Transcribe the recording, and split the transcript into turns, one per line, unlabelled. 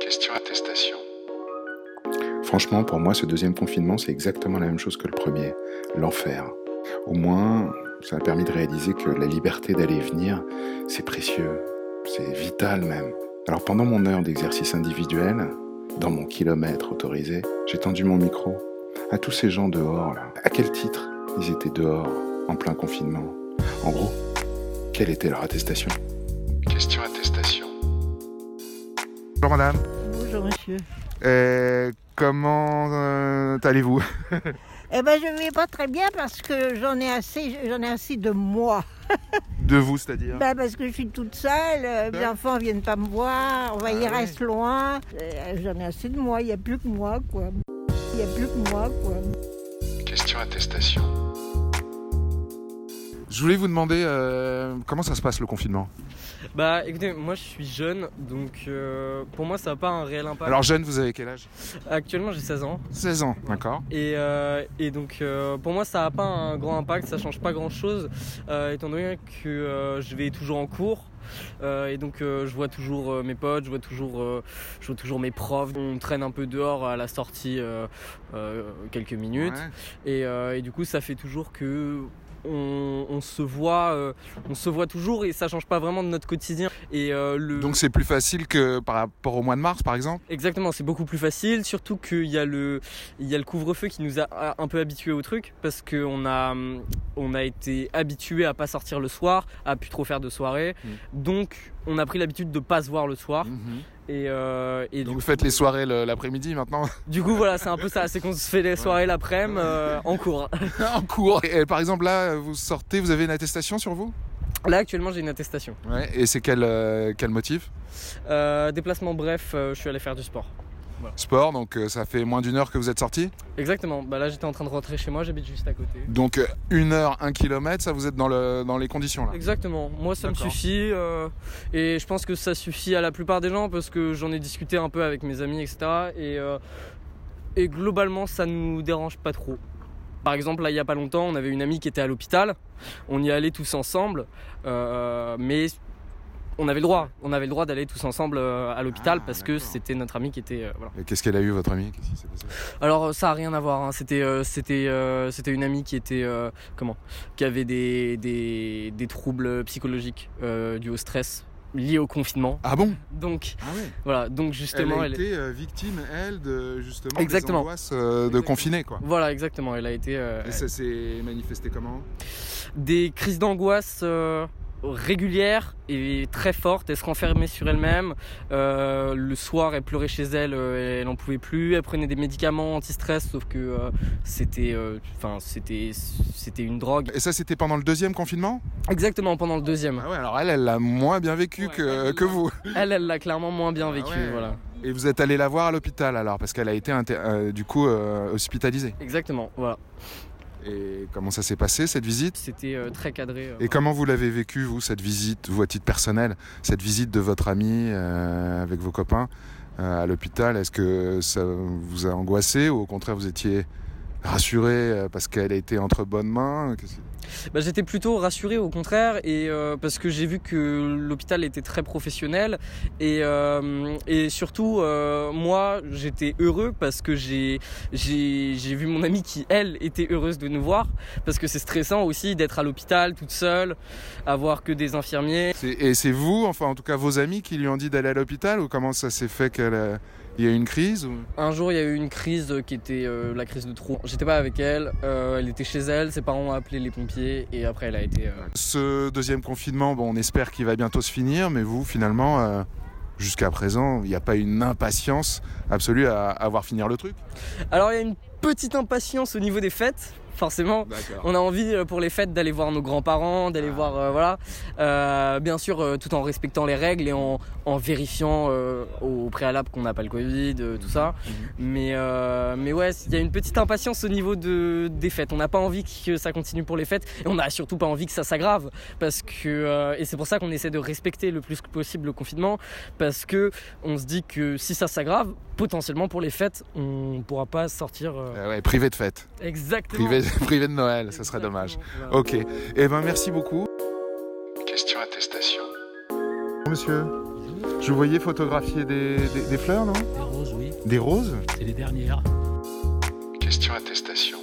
Question attestation.
Franchement, pour moi, ce deuxième confinement, c'est exactement la même chose que le premier, l'enfer. Au moins, ça a permis de réaliser que la liberté d'aller et venir, c'est précieux, c'est vital même. Alors pendant mon heure d'exercice individuel, dans mon kilomètre autorisé, j'ai tendu mon micro à tous ces gens dehors. Là. À quel titre ils étaient dehors, en plein confinement En gros, quelle était leur attestation
Question attestation.
Bonjour madame,
Bonjour monsieur.
Euh, comment euh, allez-vous
Eh ben je vais pas très bien parce que j'en ai assez, j'en ai assez de moi.
De vous, c'est-à-dire
Bah-
Ben, parce que je suis toute seule, euh, mes
Ouais.
enfants viennent pas me voir, on va
Ah oui.
y reste loin. Euh, j'en ai assez de moi, il y a plus que moi quoi. Il y a plus que moi quoi.
Question attestation.
Je voulais vous demander euh, comment ça se passe le confinement.
Bah écoutez, moi je suis jeune, donc euh, pour moi ça n'a pas un réel impact.
Alors jeune, vous avez quel âge
Actuellement j'ai 16 ans,
16 ans, d'accord.
et, euh, et donc euh, pour moi ça n'a pas un grand impact, ça change pas grand chose, étant donné que euh, je vais toujours en cours. euh, et donc euh, je vois toujours euh, mes potes, je vois toujours, euh, je vois toujours mes profs. On traîne un peu dehors à la sortie euh, euh, quelques minutes.
Ouais.
Et, euh, et du coup, ça fait toujours que on, on se voit, euh, on se voit toujours et ça change pas vraiment de notre quotidien. Et euh, le
Donc c'est plus facile que par rapport au mois de mars, par exemple
Exactement, c'est beaucoup plus facile, surtout qu'il y a le, il y a le couvre-feu qui nous a a- un peu habitués au truc, parce qu'on a, hum, on a été habitué à pas sortir le soir, à plus trop faire de soirée,
Mm.
donc on a pris l'habitude de pas se voir le soir, et, euh, Ah. et du,
Mhm. Donc vous faites les soirées le- l'après-midi maintenant
du coup voilà, c'est un peu ça, c'est qu'on se fait les soirées l'après-midi euh, en cours.
en cours. Et, euh, par exemple, là, vous sortez, vous avez une attestation sur vous
Là actuellement j'ai une attestation.
Ouais. Et c'est quel, euh, quel motif
Euh, déplacement bref, euh, je suis allé faire du sport.
Sport, donc euh, ça fait moins d'une heure que vous êtes sorti
Exactement, bah là j'étais en train de rentrer chez moi, j'habite juste à côté.
Donc euh, une heure, un kilomètre, ça vous êtes dans, le, dans les conditions là
Exactement, moi ça me
D'accord.
suffit euh, et je pense que ça suffit à la plupart des gens parce que j'en ai discuté un peu avec mes amis, etc. Et, euh, et globalement ça nous dérange pas trop. Par exemple, là il y a pas longtemps, on avait une amie qui était à l'hôpital, on y allait tous ensemble, euh, mais on avait le droit, on avait le droit d'aller tous ensemble euh, à l'hôpital
Ah,
parce que
d'accord.
c'était notre amie qui était. euh, voilà.
Et qu'est-ce qu'elle a eu, votre amie Qu'est-ce qui s'est passé
Alors euh, ça a rien à voir. hein. C'était euh, c'était euh, c'était une amie qui était euh, comment qui avait des des, des troubles psychologiques euh, dus au stress liés au confinement.
Ah bon
Donc
Ah oui
voilà. Donc justement elle,
été euh, victime, elle, de justement
Exactement.
angoisses euh,
Exactement.
quoi.
voilà exactement elle a été euh,
s'est manifesté comment
des crises d'angoisse. euh, régulières et très fortes, elle se renfermait sur elle-même, Euh, le soir elle pleurait chez elle, euh, elle en pouvait plus, elle prenait des médicaments anti-stress sauf que euh, c'était euh, enfin c'était c'était une drogue.
Et ça, c'était pendant le deuxième confinement
Exactement pendant le deuxième.
Ah ouais, alors elle, elle l'a moins bien vécu
Ouais,
que,
elle
que
l'a-
vous.
Elle, elle l'a clairement moins bien vécu,
ouais.
voilà.
Et vous êtes allé la voir à l'hôpital alors, parce qu'elle a été inter- euh, du coup euh, hospitalisée.
Exactement, voilà.
Et comment ça s'est passé cette visite
C'était euh, très cadré. euh.
Et comment vous l'avez vécu, vous, cette visite, vous, à titre personnel, cette visite de votre ami euh, avec vos copains euh, à l'hôpital Est-ce que ça vous a angoissé ou au contraire vous étiez rassuré euh, parce qu'elle a été entre bonnes mains Qu'est-ce que-
Bah, J'étais plutôt rassuré au contraire, et euh, parce que j'ai vu que l'hôpital était très professionnel, et, euh, et surtout euh, moi j'étais heureux parce que j'ai j'ai j'ai vu mon amie qui elle était heureuse de nous voir, parce que c'est stressant aussi d'être à l'hôpital toute seule, avoir que des infirmiers.
C'est- Et c'est vous, enfin en tout cas vos amis, qui lui ont dit d'aller à l'hôpital ou comment ça s'est fait qu'elle euh, il y a eu une crise ou-
Un jour, il y a eu une crise euh, qui était euh, la crise de trop. J'étais pas avec elle, euh, elle était chez elle, ses parents ont appelé les pompiers et après elle a été. euh,
Ce deuxième confinement, bon, on espère qu'il va bientôt se finir, mais vous finalement, euh, jusqu'à présent, il n'y a pas une impatience absolue à, à voir finir le truc.
Alors, il y a une petite impatience au niveau des fêtes, forcément.
D'accord.
On a envie euh, pour les fêtes d'aller voir nos grands-parents,
Ah.
d'aller voir. euh, voilà. Euh, bien sûr, euh, tout en respectant les règles et en, en vérifiant euh, au préalable qu'on n'a pas le Covid, euh, tout ça.
Mhm.
Mais, euh, mais ouais, il y a une petite impatience au niveau de, des fêtes. On n'a pas envie que ça continue pour les fêtes et on n'a surtout pas envie que ça s'aggrave. Parce que, euh, et c'est pour ça qu'on essaie de respecter le plus possible le confinement parce que on se dit que si ça s'aggrave, potentiellement pour les fêtes, on ne pourra pas sortir euh,
ouais, privé de fête,
exactement.
privé, privé de Noël, ça serait dommage.
Exactement, voilà.
Ok, eh ben merci beaucoup.
Question attestation.
Oh. Monsieur, je Je voyais photographier des, des- des fleurs, non
Des roses, oui,
Des roses
c'est les dernières.
Question attestation.